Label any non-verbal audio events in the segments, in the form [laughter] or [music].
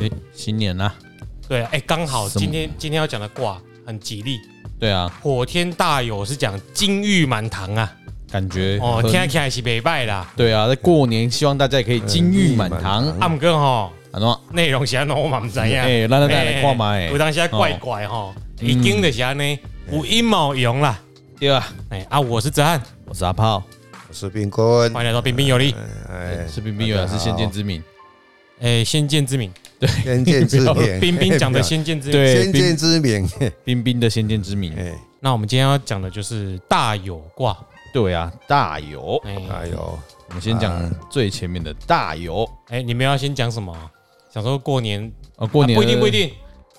哎、新年啦、对啊，哎、刚好什么今天今天要讲的卦很吉利，对啊，火天大有是讲金玉满堂啊，感觉哦，很听起来是北拜啦。对啊，在过年希望大家也可以金玉满堂啊，毋过吼，啊，喏，内容是安怎我嘛毋知影。哎咱咱咱来看哦嘛哎有当时啊怪怪吼，已经就是安尼，嗯有阴谋用啦。对啊，哎啊，我是哲汉，我是阿炮，我是冰棍，欢迎来到彬彬有礼。哎是彬彬有雅啊是先见之明，哎，先见 [laughs] 之明， [laughs] 先见之明，彬彬讲的先见之明。对， [laughs] 先见彬之明，彬彬的先见之明，哎，那我们今天要讲的就是大有卦。对啊，大有，哎哎呦，我们先讲最前面的大有哎，你们要先讲什么？想说过年啊，过年啊不一定不一，定，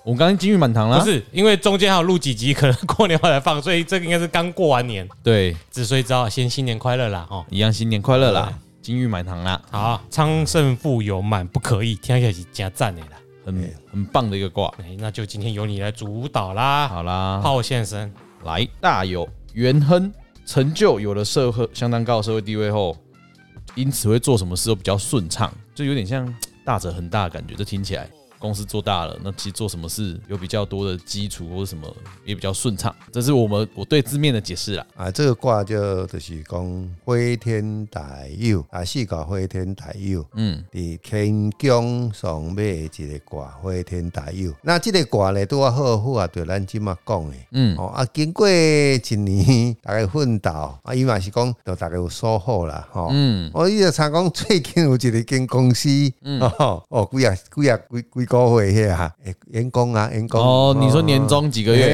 我刚刚金玉满啊堂啦不，是因为中间还有录几集，可能过年后才放，所以这个应该是刚过完年。对，只所以知道先新年快乐啦哦。一样新年快乐啦，金玉满堂啦，好，昌盛富有满不可以，听起来是加赞的啦。很很棒的一个卦，哎，那就今天由你来主导啦，好啦，炮现身。来，大有元亨成就有了社会相当高的社会地位后，因此会做什么事都比较顺畅，就有点像大者恒大的感觉。这听起来公司做大了，那其实做什么事有比较多的基础或者什么也比较顺畅。这是我们我对字面的解释啦。啊，这个卦就就是讲飞天大佑啊，四个飞天大佑，嗯，伫天宫上尾的一个卦，飞天大佑。那这个卦呢，拄啊好好啊，对咱即马讲的。嗯哦啊，经过一年大概奋斗啊，伊嘛是讲，就大概有收获啦，吼、嗯，哦，伊就参讲最近有一个间公司，哦，哦，几啊几啊几几个月遐啊，诶员工啊员工。哦，你说年终几个月？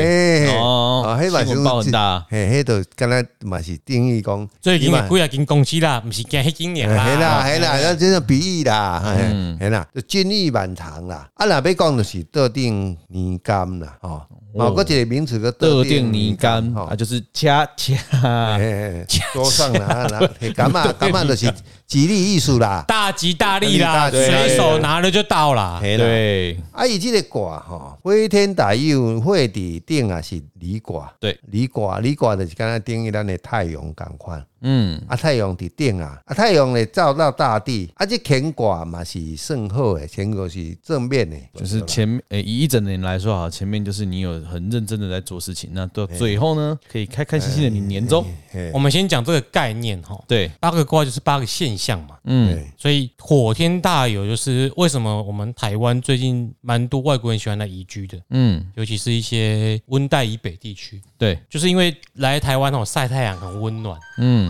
嘿哦，啊，迄嘛新闻报很是有，大，嘿，迄就敢若嘛是定义讲，最近你的嘛几啊间公司啦，不是今迄啊今年啦。嘿啦嘿啦，哎那真的比喻啦，嗯嘿嘿啦，就金玉满堂啦。啊，若要讲就是倒定年柑啦，吼，哦某个一个名词叫特定泥干吼啊，，就是啊掐掐，嘿嘿嘿桌上啦啊 [laughs] 啦，嘿柑嘛柑嘛就是吉利艺术啊啦。大吉大利啦，大吉大利随手拿了就到啦。嘿啦对啊，伊即个卦吼，飞天大佑，火伫顶啊是离卦，对，离卦离卦就是敢若等于咱的太阳共款。嗯，啊，太阳伫顶啊，啊，太阳咧照到大地，啊，这乾卦嘛是算好诶，乾卦是正面诶，就是前面诶、以一整年来说好，前面就是你有很认真的在做事情，那到最后呢，可以开开心心的领年终。嘿我们先讲这个概念哈，对，八个卦就是八个现象嘛。嗯，对所以火天大有就是为什么我们台湾最近蛮多外国人喜欢来移居的，嗯，尤其是一些温带以北地区，对，就是因为来台湾哦晒太阳很温暖。嗯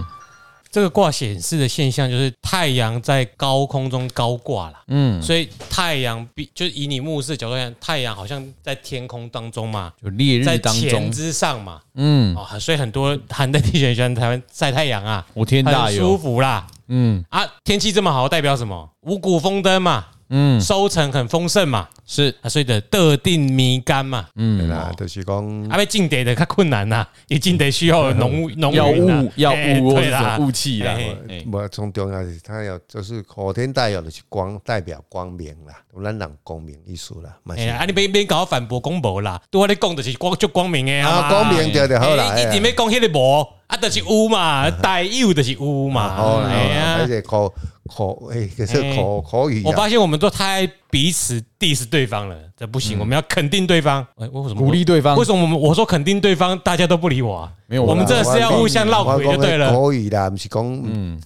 这个卦显示的现象就是太阳在高空中高挂啦，嗯，所以太阳比就是以你目视的角度来看，太阳好像在天空当中嘛，就烈在日当钱中，之上嘛，嗯，哦，所以很多寒带地区人喜欢台湾晒太阳啊，我天大很舒有，服啦。嗯啊，天气这么好，代表什么？五谷丰登嘛，嗯，收成很丰盛嘛，是，啊，所以的特定米干嘛，嘿嗯，啦，就是讲啊，被进得的较困难呐，也进得需要农务农要民雾啊要哎雾或者对什么啦，雾气啦，哎哎无从重要是它要就是火天大有就是光代表光明啦，咱人光明艺术啦，嘛哎是呀，啊，你别别搞反驳公无啦，对我咧讲就是光就光明的啊，嘛光明对就好啦，哎嘿一啦直要讲迄个无，啊，就是有嘛，大有就是有嘛，啊好啦，好哎啦，而呀，且口口诶，可是哎口口语我啊，发现我们都太彼此 diss 对方了，这不行，我们要肯定对方，哎，为什么鼓励对方为，什么我们我说肯定对方，大家都不理我啊？没有我们这是要互相绕我回就讲对的了。口语啦，毋是讲嗯，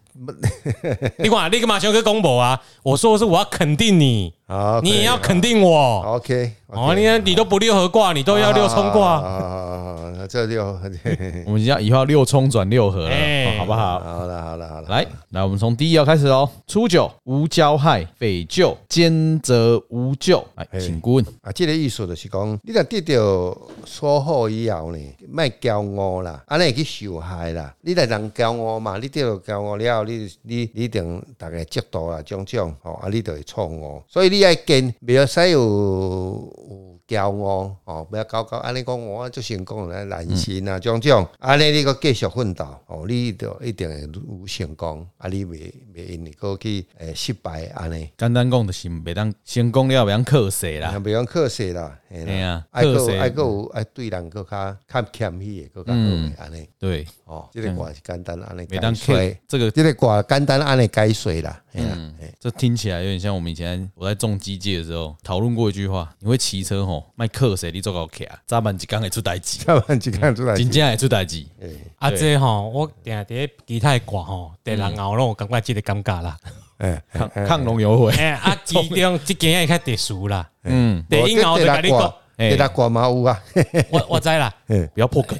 你管你干嘛想跟公博啊？我说的是我要肯定你，啊，你也要可以肯定我。 OK，哦，你看你都不六合卦，你都要六冲啊卦，啊啊啊啊这六，嘿嘿嘿我们要以后要六冲转六合了，哎哦好不好？好了好了好了，来，来，我们从第一爻开始哦。初九，无交害，匪咎，奸则无咎。来，哎请顾问。啊，这个意思就是讲，你若得到所好以后呢，莫骄傲啦，安尼会去受害啦。你若人骄傲嘛，你得到骄傲了后，你你你一定大概嫉妒啦，种种吼，啊，你就会错误。所以你要坚，袂使有有骄傲哦，不要搞搞安尼讲我足成功啦，难心啊，种种，安尼你个继续奋斗哦，你就一定会有成功，啊，你袂袂因你个去呃诶失败安尼。简单讲就是袂当成功了，袂当克谁啦。哎也袂用客气啦，嘿嘿啦啊，爱特个色爱个有爱对人个较较谦虚的，个较好的安尼。对，哦，即个歌是简单安尼每解嗯当说 K，这个即个歌简单安尼解说啦。嘿啦嘿这听起来有点像我们以前我在种机械的时候讨论过一句话：你会骑车吼，卖克谁？你做搞卡，早晚一天会出代 [laughs] 志，要不 [laughs] 然就看出来是，嗯真正会出代志。啊，对这吼，我定伫咧其他的歌吼，第人后拢有感觉即个感觉啦。哎，抗抗龙有悔，哎，啊， [laughs] 其中即件会较特殊啦。嗯，第一后就甲你讲，嘿哦第六歌嘛有啊， [laughs] 我我知啦，不要哎破梗，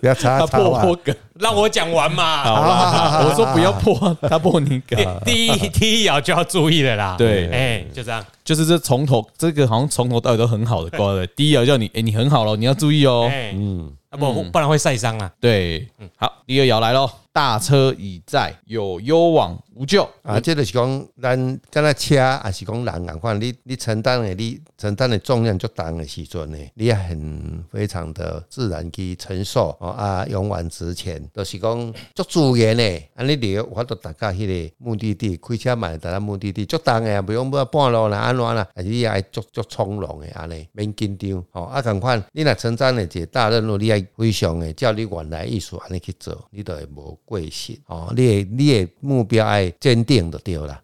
不要插 [laughs] 他插破啊破。梗，让我讲完嘛。好啊啦，我说不要破，啊他破你梗， [laughs] 第一第一爻就要注意了啦。对哎，就这样。就是这从头这个好像从头到尾都很好的歌了。第一爻叫你，哎，你很好了，你要注意哦。哎，嗯，啊不不然会晒伤啊。对，好，第二爻来喽，大车已在，有攸往无咎。啊，这就是讲咱敢若车，还是讲人共款，你你承担的你承担的重量足重的时阵呢，你也很非常的自然去承受哦啊，勇往直前，就是讲足自然的，安尼你有法度达到迄个目的地，开车嘛会达到目的地，足重的，不用要半路啦安怎啦，啊，你也爱足足从容的安尼，免紧张哦啊，共款你若承担的一个大任务，你也非常的照你原来意思安尼去做，你就会无过失哦，你的你的目标爱坚定就对啦。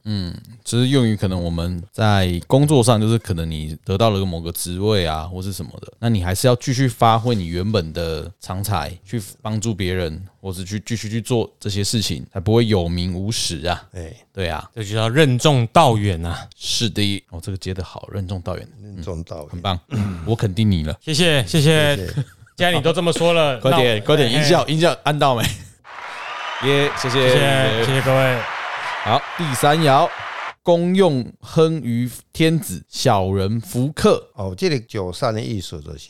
只是用于可能我们在工作上，就是可能你得到了某个职位啊，或是什么的，那你还是要继续发挥你原本的长才，去帮助别人，或是去继续去做这些事情，才不会有名无实啊。哎，对啊，这就叫任重道远啊！是的，哦，这个接的好，任重道远，撞到了很棒，我肯定你了。谢谢谢谢， [laughs] 既然你都这么说了， [laughs] 快那点，我快点，音，效，音效按到没？耶，谢哎谢，哎谢谢谢谢各位。好，第三爻，公用亨于天子，小人福客。哦，这个九三的意思就是，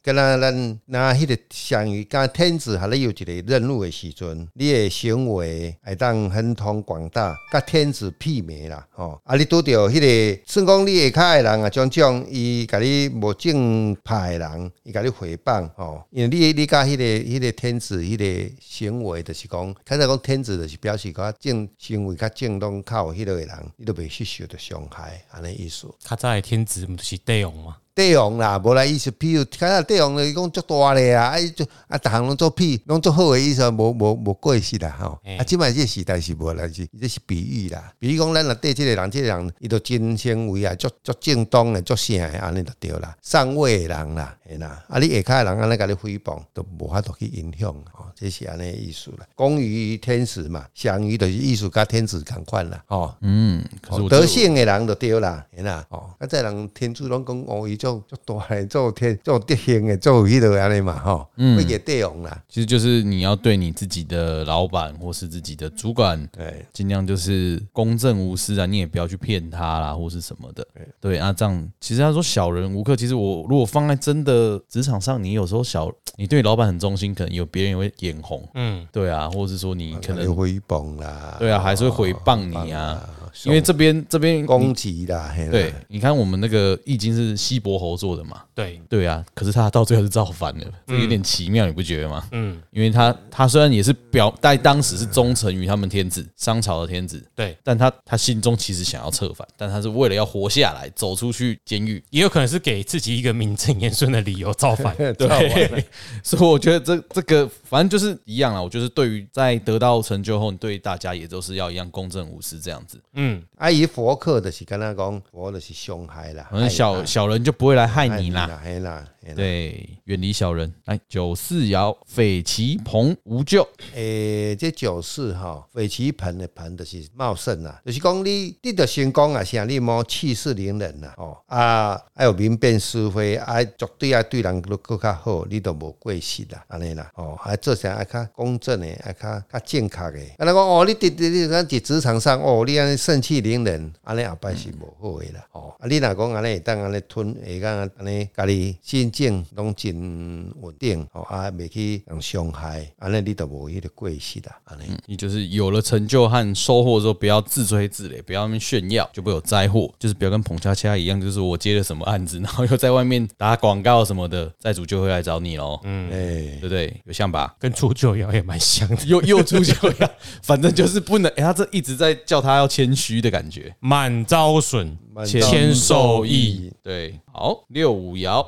敢若咱拿迄个相于甲天子，还咧有一个任务的时阵，你的行为会当亨通广大，甲天子媲美啦。哦，啊，你拄着迄个，算讲你下骹的人啊，种种伊甲你无正派的人，伊甲你诽谤哦，因为你你甲迄、个迄、个天子迄、个行为，就是讲，较早讲天子就是表示讲正行为较正当较有迄类的人，你都袂去受到伤害，安尼意思。较早的天子毋是帝王嘛？帝王啦，无啦，意思，譬如，看下帝王就是讲足大咧啊，啊，伊就啊，逐项拢做屁，拢做好诶，意思，啊无无无过时啦吼。啊，即摆即个时代是无啦，是这是比喻啦，比喻讲咱若对即个人，即、个人伊都真行为啊，足足正当诶，足啥诶，安尼就对啦，上位诶人啦，嘿啦，啊，你下骹诶人安尼甲你诽谤，都无法度去影响吼，这是安尼的意思啦。公于天时嘛，相于就是意思甲天子共款啦，吼、嗯，可是哦我德性的人就对啦，嘿啦，哦，啊，这人天主拢讲哦，伊做做大的，做天做德行的，做迄落安尼嘛，吼，嗯会给帝王啦，其实就是你要对你自己的老板或是自己的主管，哎，尽量就是公正无私啊，你也不要去骗他啦，或是什么的。对啊，这样其实他说小人无客，其实我如果放在真的职场上，你有时候小，你对老板很忠心，可能有别人也会眼红。嗯，对啊，或者是说你可可能能诽谤啦，对啊，还是会诽谤你啊，因为这边这边攻击啦，嘿啦，对，你看我们那个易经是西伯侯做的嘛，对，对啊，可是他到最后是造反了，这有点奇妙，你不觉得吗？嗯，因为他他虽然也是表在当时是忠诚于他们天子商朝的天子，对，但他他心中其实想要策反，但他是为了要活下来，走出去监狱。 [laughs] 也有可能是给自己一个名正言顺的理由造反。对，所以我觉得这这个反正就是一样啦。我就是对于在得到成就后，你对大家也都是要一样公正无私这样子。嗯，啊，伊佛克就是敢若讲，佛就是伤害啦，可能害小啦小人就不会来害害你啦。，嘿啦，嘿啦，对，远离小人。来，九四爻，匪其朋无咎。诶、这九四吼，尾棋盆的盆就是茂盛啦，就是讲你你着成功啊，啥你莫气势凌人啦，哦啊，还有明辨是非，啊，绝对啊对人都更较好，你都无过失啦，安尼啦，哦，啊，做啥啊较公正的，啊较较正确的，啊，那讲哦，你伫伫你咱伫职场上哦，你安尼盛气凌人，安尼后摆是无好诶啦，哦，啊，你若讲安尼会当安尼吞，会当安尼家己心境拢真稳定，哦啊，袂去人伤害，安尼你都无迄个过失啦，安尼。你就是有了成就和收获之后，不要自吹自擂，不要那么炫耀，就不会有灾祸。就是不要跟彭恰恰一样，就是我接了什么案子，然后又在外面打广告什么的，债主就会来找你喽。嗯，哎对不对？有像 [laughs] 吧？[laughs] 跟出九爻也蛮像的。又又出就要，反正就是不能。哎、他这一直在叫他要谦虚的感觉。满招损，满千千受 [laughs] 受益。对，好，六五爻，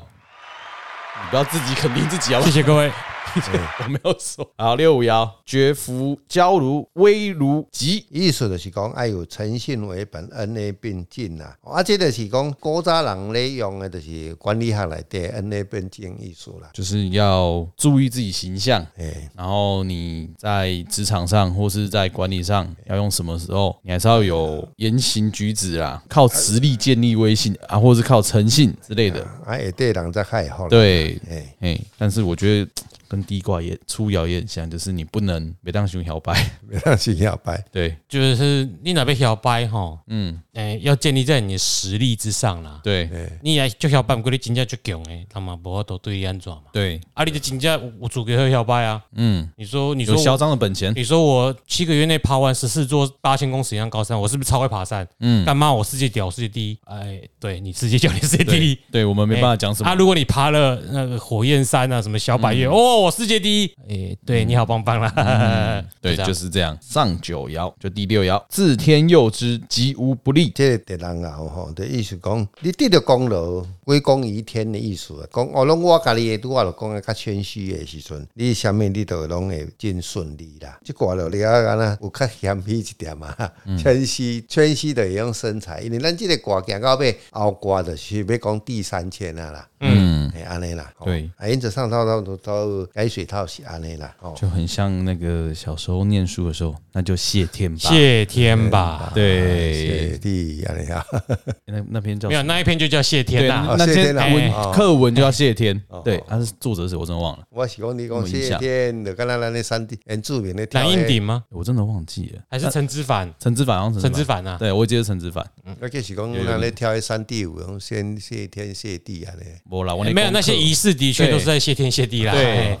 你不要自己肯定自己好不谢好？谢各位。我没有说。好，六五爻，绝福交如危如疾，意思就是讲，要有诚信为本，恩爱并进啦。啊，这就是讲古早人咧用的，就是管理学内底恩爱并进意思啦。就是要注意自己形象。诶、然后你在职场上或是在管理上要用什么时候，你还是要有言行举止啦，嗯靠实力建立威信啊，或是靠诚信之类的。啊，下底人才害好啦。 [laughs] 对，诶、哎，但是我觉得跟第一卦也出爻也很像，就是你不能每当熊摇摆。 [laughs] 别让是摇摆。对就是你哪边摇摆吼，嗯，诶、要建立在你的实力之上啦。对你也就摇摆，不过你真正就强诶，他妈无法度对伊安怎嘛？对，啊，你就真正有有资格去摇摆啊！嗯，你说，你说有嚣我，张的本钱。你说我七个月内爬完十四座八千公尺以上高山，我是不是超会爬山？嗯，干妈我世界屌，世界第一。哎，对你世界屌，你世界第对一。，对我们没办法讲什啊！么。嗯如果你爬了那个火焰山啊，什么小百岳，哦，我世界第一，哎，对你好棒棒啦！嗯 [laughs] 对，这样就是这样。上九爻就第六爻，自天佑之，吉无不利。即个敌人啊，吼，就意思讲，你得到功劳归功于天的意思啊。讲哦，拢我家己的，拄我就讲啊，较谦虚的时阵，你啥物你都拢会真顺利啦。即挂落你啊，安那有较谦虚一点嘛，嗯谦虚谦虚就会用身材，因为咱即个挂行到尾后挂就是要讲第三千啊啦，嗯，安尼啦，吼对，啊，因此上套套都都改水套是安尼啦，哦，就很像那个小时候念书的时候，那就谢天吧。啊谢天吧，哎对，谢地安尼啊， [laughs] 那那篇叫没有那一篇就叫谢天对，呐。那哦那谢篇天啊文哦课文就叫谢天。对，他是作者是谁我真的忘了，我是讲你我讲们一谢下天，就敢若咱的山地原住民的跳蓝那印鼎吗？我真的忘记了。还是陈之凡？陈之凡，好像陈陈之之凡。凡啊，对，我记得陈之凡。那就是讲，咱咧跳迄三地舞，讲先谢天谢地安尼。我啦，我哎没有那些仪一式，的确都是在谢天谢地啦。对哎，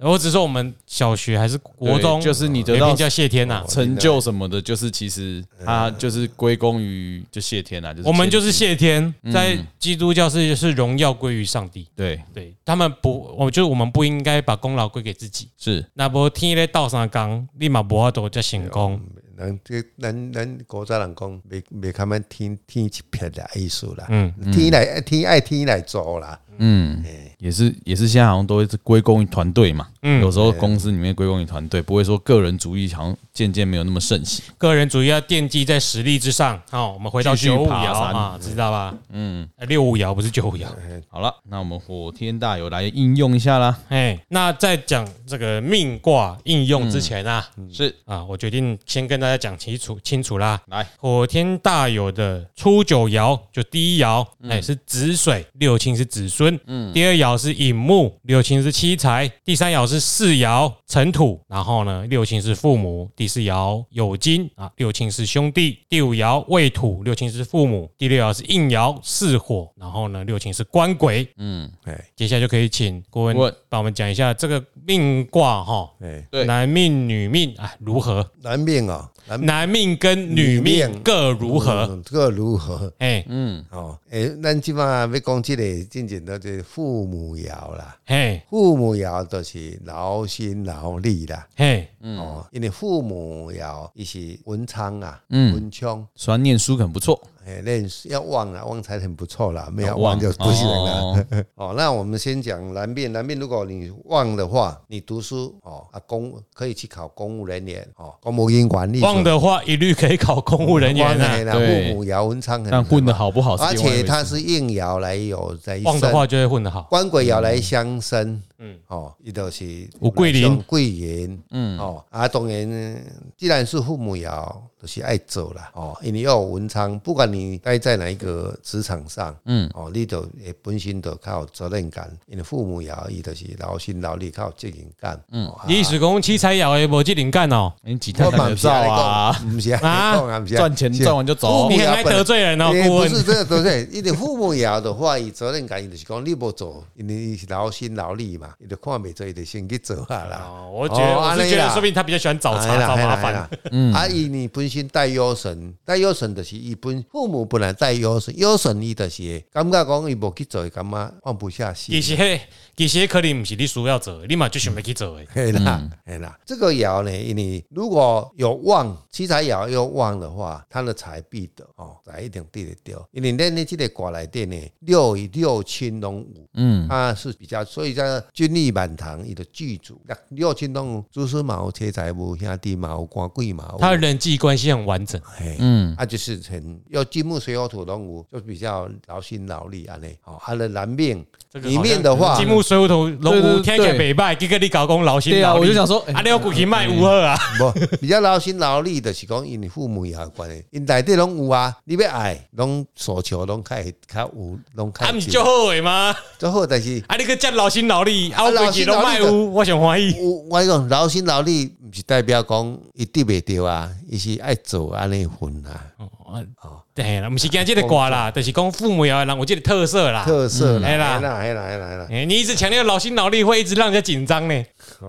我只说我们小学还是国中，就是你有得一到哦篇叫谢天呐。成就什么的，就是其实哎他就是归功于就谢天啊，就是我们就是谦谢天，嗯在基督教是是荣耀归于上帝。对，对他们不，我就是我们不应该把功劳归给自己。是那不天咧倒三缸，立马无法度叫成功。人这咱咱古早人讲，袂袂堪咱天天一撇啦，意思啦。嗯，天来天爱天来做啦。嗯，也是也是，现在好像都会是归功于团队嘛。嗯有时候公司里面归功于团队，不会说个人主义好像渐渐没有那么盛行。个人主义要奠基在实力之上。好，我们回到继续九五爬爻山啊，知道吧？嗯，六五爻不是九五爻。哎好了，那我们火天大有来应用一下啦。哎，那在讲这个命卦应用之前啊，嗯是啊，我决定先跟大家讲清楚清楚啦。来，火天大有的初九爻就第一爻，嗯哎、是子水，六亲是子孙，嗯，第二爻是寅木，六亲是七财，第三爻是巳爻辰土，然后呢，六亲是父母，第四爻酉金啊，六亲是兄弟，第五爻未土，六亲是父母，第六爻是应爻巳火，然后呢，六亲是官鬼，哎接下来就可以请嗯郭顾问文帮我们讲一下这个命卦哈，哎，对男命女命啊如何？男命哦，男男命跟女命命各如何？嗯这个如何？哎哦，诶，咱即马要讲即个，真正都是父母爻啦。嘿父母爻就是劳心劳力啦。嘿，哦，因为父母爻伊是文昌啊，嗯文昌。虽然念书很不错，哎，那要旺了，旺财很不错啦，没有要旺旺就啊不行了。哦哦，那我们先讲南面，南面如果你旺的话，你读书哦啊公可以去考公务人员哦，公务员管理旺的话一律可以考公务人员旺啊，的啦对父母爻文昌很，但混的，好不好而是另外一回且事它是应爻来有在旺的生，话就会混得好。官鬼爻来相生，嗯嗯哦，伊就是有桂林桂林，嗯哦啊，当然既然是父母爻，就是爱做啦嗯哦，因为要有文昌，不管你待在哪一个职场上。嗯哦，你就会本身就较有责任感，因为父母也伊就是劳心劳力，较有责任感。嗯，啊你是讲七彩爻的无这灵感哦，哎你几我天嘛拍不是照安尼啊， [laughs] 讲，不是安尼讲啊，不是安赚尼钱赚完就走父母你很爻爱本得罪人哦，顾也哎不问。是这个，对不对？因为父母也的话，伊责任感伊就是讲你无做，因为你是劳心劳力嘛，啦，伊就看袂做，伊就先去做啊啦。哦，我觉得哦我是觉安尼得，啦说不定他比较喜欢找茬哎啦找麻哎啦烦。哎啦啊，伊呢本身带忧神，带忧神就是伊本父母本来带忧神，忧神伊就是会感觉讲伊无去做，感觉放不下心其。实迄其实迄可能毋是你需要做的，你嘛就想要去做诶。 [laughs] 嘿啦，嗯嘿啦，这个爻呢，你如果有旺七财爻又旺的话，它的财必得哦，财一定必得掉。因为咱呢这个卦来电呢，六与六亲拢有，嗯，它是比较，所以叫军力满堂，伊的剧组六亲拢有，子孙嘛有，车财无，兄弟嘛有，官贵嘛有，他的人际关系很完整，嘿。嗯，啊，就是很要金木水火土拢有，就比较劳心劳力安尼。哦啊好，他的男命这个里好像面的话，金木水火土对对龙对虎天给北拜，这个你搞工劳心对啊，劳力。我就想说，啊，你要骨气卖五二啊，无比较劳心劳力的是讲，因为父母也有关系，因内底拢有啊，你要爱，拢所求拢较会较有，拢较啊，会毋是就好诶吗？最好，但是啊，你个遮劳心劳力，啊，我劳规气心拢劳卖力的有，我想欢喜。有我讲劳心劳力，毋是代表讲伊得袂着啊，伊是爱做安尼份啊，哦，对啦，毋是讲即个挂啦，就是讲父母要人有即个特色啦。特色嗯啦，哎啦啦哎啦哎啦哎啦，诶，你一直强调劳心劳力，会一直让人家紧张呢，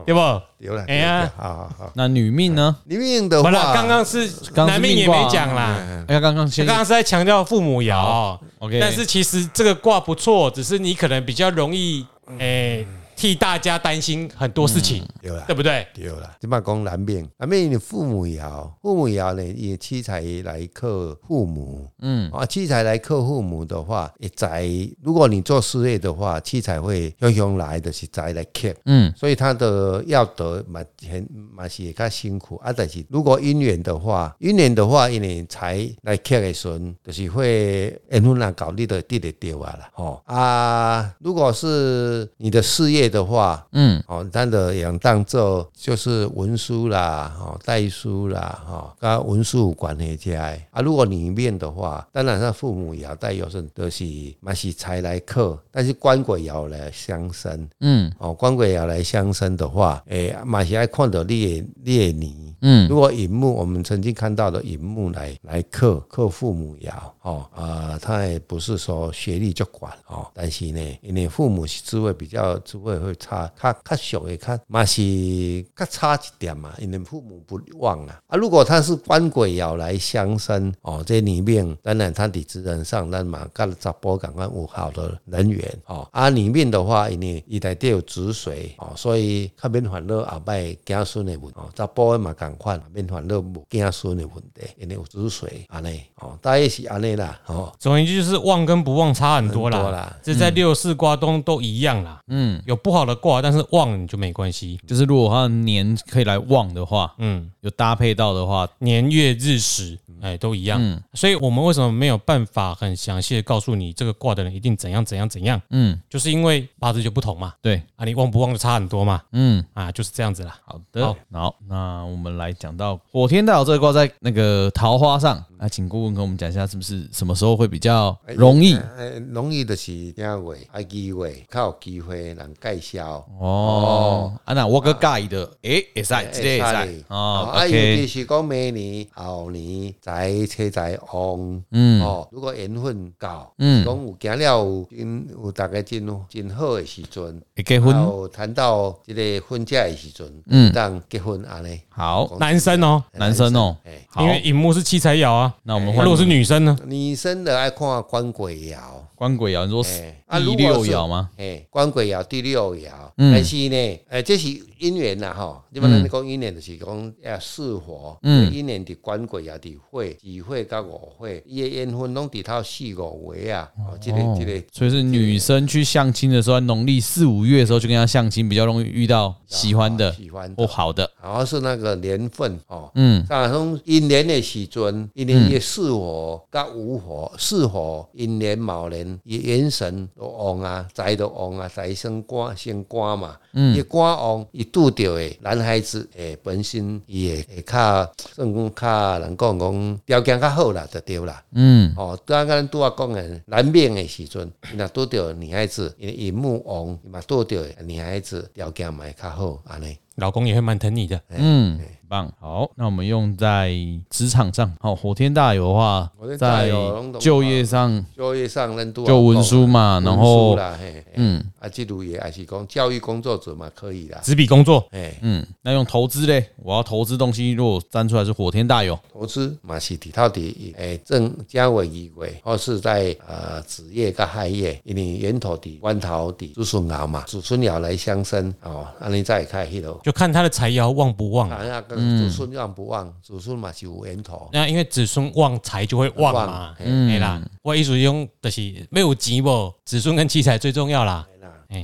对不？有啦，哎哎呀呀，好好好，那女命呢？里面的不话，嗯啦，刚刚是刚是男命也命卦啊没讲啦。哎呀，刚刚先刚刚是在强调父母爻哦、 ，OK，但是其实这个卦不错，只是你可能比较容易诶、替大家担心很多事情，有嗯啦对。不对？对啦，即嘛讲难免，难免你父母也好，父母也好呢，伊七财来克父母，嗯，啊，器材来克父母的话，一宅如果你做事业的话，器材会用用来的是宅来克，嗯，所以他的要得蛮很蛮是会较辛苦啊。但是如果姻缘的话，姻缘的话，因为财来克的时阵，就是会缘分难搞，你的地得丢啊啦，吼啊。如果是你的事业的话，嗯，哦，咱的养当做就是文书啦，哦，代书啦，哦，跟文书有关系起来啊。如果里面的话，当然他父母也要带有是，就是嘛是财来克，但是官鬼也要来相生嗯，哦。官鬼也要来相生的话，诶、嘛是爱看到你的你的年。嗯，如果寅木，我们曾经看到的寅木来来克克父母爻哦啊、他也不是说学历就管哦，但是呢，因为父母是智慧比较智慧会差，较较俗的较嘛是较差一点嘛，因为父母不旺啊啊，如果他是官鬼爻来相生哦，这里面当然他的职能上，咱嘛跟查甫赶快有好的人缘哦啊，里面的话，因为伊内底有子水哦，所以较免烦恼后摆子孙的问题哦，查甫的嘛共款，免烦恼无子孙的问题，因为有子水安尼哦，大概是安尼啦哦，总而言之，就是旺跟不旺差很多啦。很多啦这在六四卦中都一样啦。嗯，有不好的卦，但是旺你就没关系。就是如果他的年可以来旺的话，嗯，有搭配到的话，年月日时，哎，都一样。所以我们为什么没有办法很详细的告诉你这个卦的人一定怎样怎样怎样？嗯，就是因为八字就不同嘛。对，啊，你旺不旺就差很多嘛。嗯，啊，就是这样子啦。好的，好好，那我们来讲到火天大佬这个卦在那个桃花上，啊，请顾问跟我们讲一下，是不是什么时候会比较容易？呃容易就是一月啊机会，较有机会人介绍。哦，啊，那我个介意的，诶，会使，这个会使，哦啊，尤其，OK，是讲明年、后年财车财旺，嗯哦，如果缘分到，嗯嗯，讲有行了有真有大家真真好的时阵，会结还婚，有谈到这个婚嫁的时阵，嗯嗯，当结婚安尼，好，男生哦，男生哦，哎，好因，为荧幕是七彩爻啊。那我们如换果是女生呢？女生的爱看官鬼爻，官鬼爻，你说哎啊第如果六是爻吗？哎，官鬼爻第六爻，嗯但是呢，呃，这是姻缘啦吼，你们咱讲姻缘就是讲要四火，嗯姻缘伫官鬼爻伫火，二火甲五火，伊的缘分拢伫到四五位啊，哦，即个哦即个所以是女生去相亲的时候，农历四五月的时候去跟她相亲，比较容易遇到喜欢的喜欢或的，哎好的。然后是那个年份哦。嗯啊，从姻缘的时阵，姻缘的四火甲五嗯火，四火姻缘卯年，伊元神都旺啊，财都旺啊，财生官升官嘛，嗯伊官旺，伊拄着的男孩子诶，本身伊会会较算讲较人讲讲条件较好啦，就对啦。嗯哦，刚刚拄啊讲诶，难免诶时阵，伊若拄着女孩子，伊伊目旺，伊嘛拄着的女孩子条件嘛会较好安尼。老公也会蛮疼你的。哎嗯，棒。好，那我们用在职场上，好，火天大有的话火天，大在有拢懂就业上就业上咱都就文书嘛，然后啦，嘿，嘿嗯啊，这类也还是讲教育工作者嘛，可以啦，纸笔工作，哎，嗯，那用投资嘞，我要投资东西，如果站出来是火天大有，投资嘛是提到底，诶，正加为一位，或是在呃子业跟亥业，因为源头底、弯头底、子孙爻嘛，子孙爻来相生哦，安尼再看迄落，就看他的财爻旺不嗯旺。啊，那个子孙旺不旺，子孙嘛是有源头，那因为子孙旺财就会旺嘛旺，嘿对啦。嗯我意思用就是没有钱不，子孙跟七财最重要啦，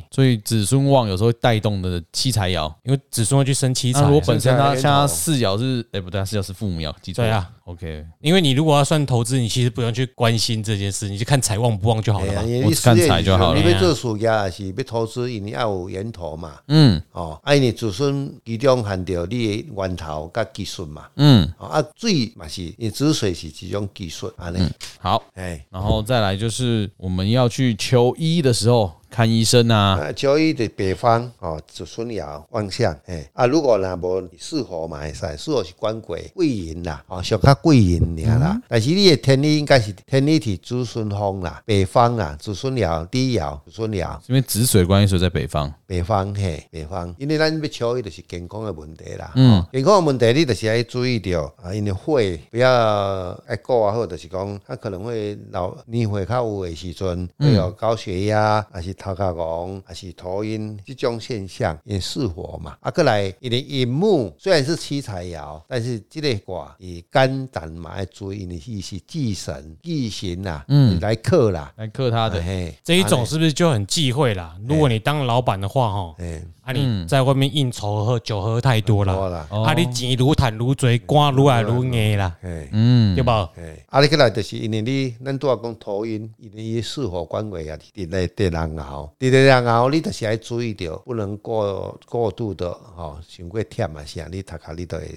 所以子孙旺有时候会带动的七财爻。因为子孙会去生七财那啊。如果本身剩下他的像他源头四爻是，哎、不对，他四爻是父母爻，记错对了啊。 OK，因为你如果要算投资，你其实不用去关心这件事，你就看财旺不旺就好了哎呀嘛。因为我你只看事业财就好了哎你要做事业也是要投资，一定要有源头嘛。嗯哦，啊，因为子孙其中含着你的源头甲技术嘛。嗯，哦啊，水嘛是，因为止水是一种技术安嗯尼。好，哎，然后再来就是我们要去求医的时候看医生啊，啊，交易的北方哦，子孙爻旺相。哎，啊，如果若无适合嘛会使，适合是官鬼贵人啦，哦，属较贵人尔嗯啦。但是你的天理应该是天理是子孙风啦，北方啦，子孙爻、地爻、子孙爻。因为子水关系水在北方，北方嘿，北方，因为咱要求伊就是健康的问题啦。嗯嗯，健康的问题你就是要注意着啊，因为火不要爱顾啊，好，就是讲他可能会老年岁较有的时阵，会有高血压，还是头壳戆，还是头晕这种现象，也是火嘛。啊，过来，伊的寅木虽然是七财爻，但是这个卦以肝胆嘛要注意，因为伊是忌神忌神啦，嗯，来克啦，啊来克他的。嘿，这一种是不是就很忌讳啦？如哎果你当老板的话，哈，嘿，啊，你嗯在外面应酬喝酒喝太多好了，啦，哦啊，你钱如坦如嘴，瓜如来如硬啦，嘿。嗯，对吧？嘿啊，你过来就是因为你，咱拄仔讲头晕，因为伊四火管位啊，伫咧伫人熬，伫咧人熬，你就是爱注意着，不能过过度的吼，伤过忝啊，啥你头壳你都会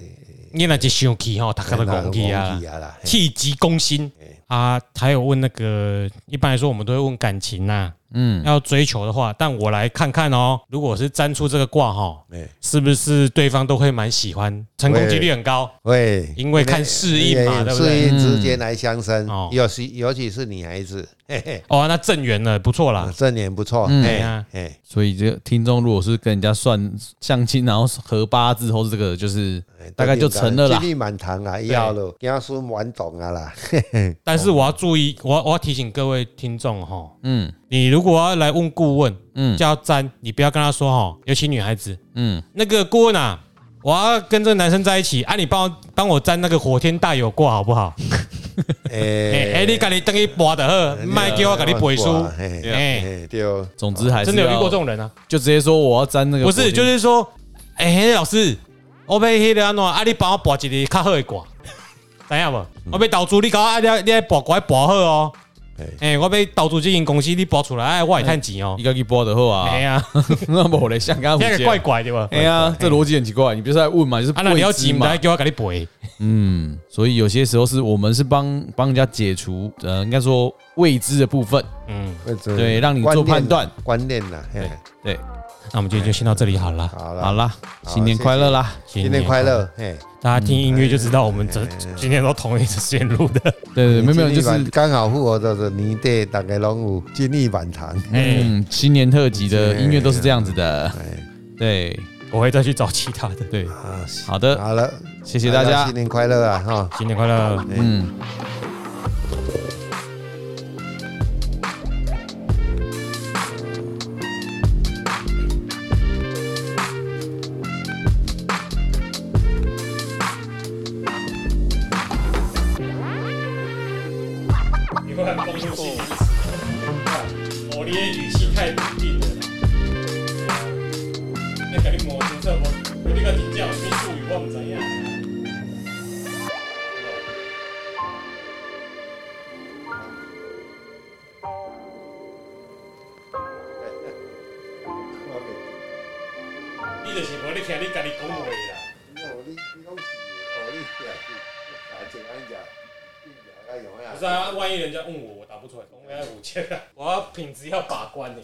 你那一生气吼，大家都攻击啊会，啦，嘿气急攻心啊。还有问那个，一般来说我们都会问感情呐，嗯，要追求的话，但我来看看哦，如果是占出这个卦哈，嘿是不是对方都会蛮喜欢，成功几率很高，会因为看适应嘛，对不适对？哎应之间来相生哦，尤其尤其是女孩子，嘿嘿，哦，那正缘了，不错啦啊，这年不错，对嘿啊，嘿，所以这个听众如果是跟人家算相亲，然后合八字后，这个就是大概就成了啦金。玉满堂啊，要了，子孙完懂 [laughs] 啊啦，但是我要注意，我要我要提醒各位听众哈，哦嗯你如果要来问顾问，嗯嗯，就要占，你不要跟他说哈，尤其女孩子，嗯，那个顾问啊，我要跟这个男生在一起啊，你帮我帮我沾那个火天大有过好不好？哎哎、诶你赶紧等于拔的哎呵，啊卖给我赶紧背书。啊嘿哎、嘿对哦。总之哎还是真的有遇过这要种人啊？就直接说我要沾那个不火箭，是，就是说，哎、嘿老师，我被黑的安怎啊？你帮我拔一个较好的卦，知影无？我被投资，你搞啊，你要你要拔卦拔好哦。哎哎、我被投资这间公司，你拔出来，哎，我也趁钱哦一。个给播的后啊，哎 [laughs] 呀，那么嘞，像刚刚那不个见怪怪的吧？哎呀，这逻辑很奇怪，你不是在问嘛，就是啊，那你要未知急，嘛来给我给你背。嗯，所以有些时候是我们是帮帮人家解除，呃，应该说未知的部分，嗯，对让你做判断观念呐。嘿对，那我们今天就先到这里好了。好好了，啦，新年快乐啦，新新年快乐，嘿，大家听音乐就知道我们这今天都同一时间录的。对对，对没有没有，就今年是刚好符合这个年代，大家拢有金玉满堂。哎，嗯，新年特辑的音乐都是这样子的，哎，对我会再去找其他的。对，啊，好的，好了，谢谢大家新，年快乐啊，哈。新年快乐！嗯。你会很丰富性我的语气太不定了。那肯定无清楚，无你个真正有啥术语，我唔知影。你就是无咧听你家己讲话啦。哎啊不是啊，万一人家问我，我答不出来，我要五千啊！我要品质要把关呢、